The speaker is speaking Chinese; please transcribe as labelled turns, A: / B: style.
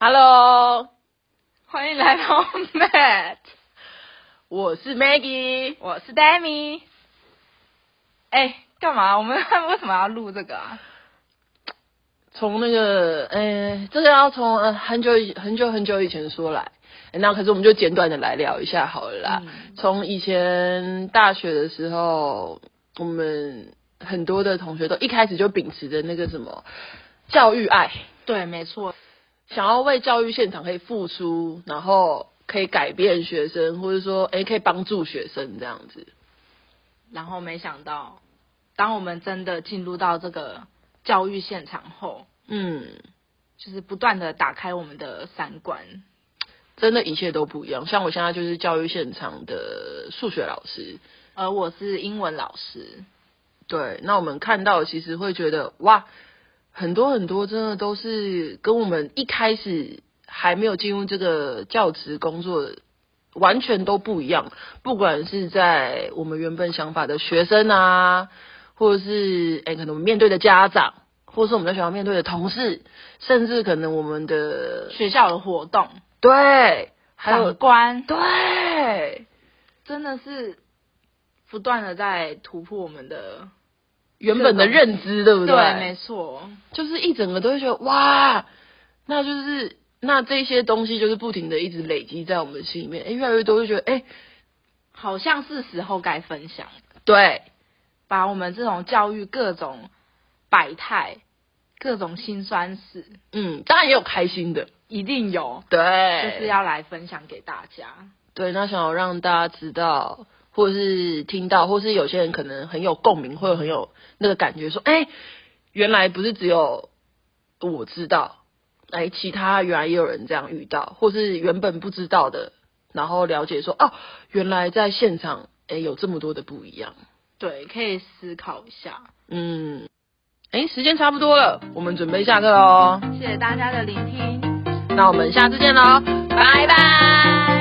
A: Hello，欢迎来 到 Matt，我是 Maggie，
B: 我是 Demi。哎，干嘛？我们为什么要录这个啊？
A: 从那个，呃、这个要从、呃、很久以很久很久以前说来，诶那可是我们就简短的来聊一下好了啦。
B: 嗯
A: 从以前大学的时候，我们很多的同学都一开始就秉持着那个什么教育爱，
B: 对，没错，
A: 想要为教育现场可以付出，然后可以改变学生，或者说，哎、可以帮助学生这样子。
B: 然后没想到，当我们真的进入到这个教育现场后，
A: 嗯，
B: 就是不断的打开我们的三观。
A: 真的，一切都不一样。像我现在就是教育现场的数学老师，
B: 而我是英文老师，
A: 对，那我们看到其实会觉得哇，很多很多真的都是跟我们一开始还没有进入这个教职工作完全都不一样，不管是在我们原本想法的学生啊，或者是哎、可能我们面对的家长，或是我们在学校面对的同事，甚至可能我们的
B: 学校的活动，
A: 对，还
B: 长
A: 有
B: 官，
A: 对。
B: 真的是不断的在突破我们的，
A: 原本的认知，对不对？
B: 没错，
A: 就是一整个都会觉得哇，那就是那这些东西就是不停的一直累积在我们心里面，哎，越来越多就觉得哎，
B: 好像是时候该分享。
A: 对，
B: 把我们这种教育各种百态、各种辛酸史，
A: 嗯，当然也有开心的，
B: 一定有，就
A: 对，
B: 是要来分享给大家。
A: 对，那想要让大家知道，或是听到，或是有些人可能很有共鸣，或者很有那个感觉，说，哎、原来不是只有我知道，哎、其他原来也有人这样遇到，或是原本不知道的，然后了解说，哦，原来在现场，哎、有这么多的不一样，
B: 对，可以思考一下。
A: 嗯，哎、时间差不多了，我们准备下课喽，
B: 谢谢大家的聆听，
A: 那我们下次见喽，拜拜。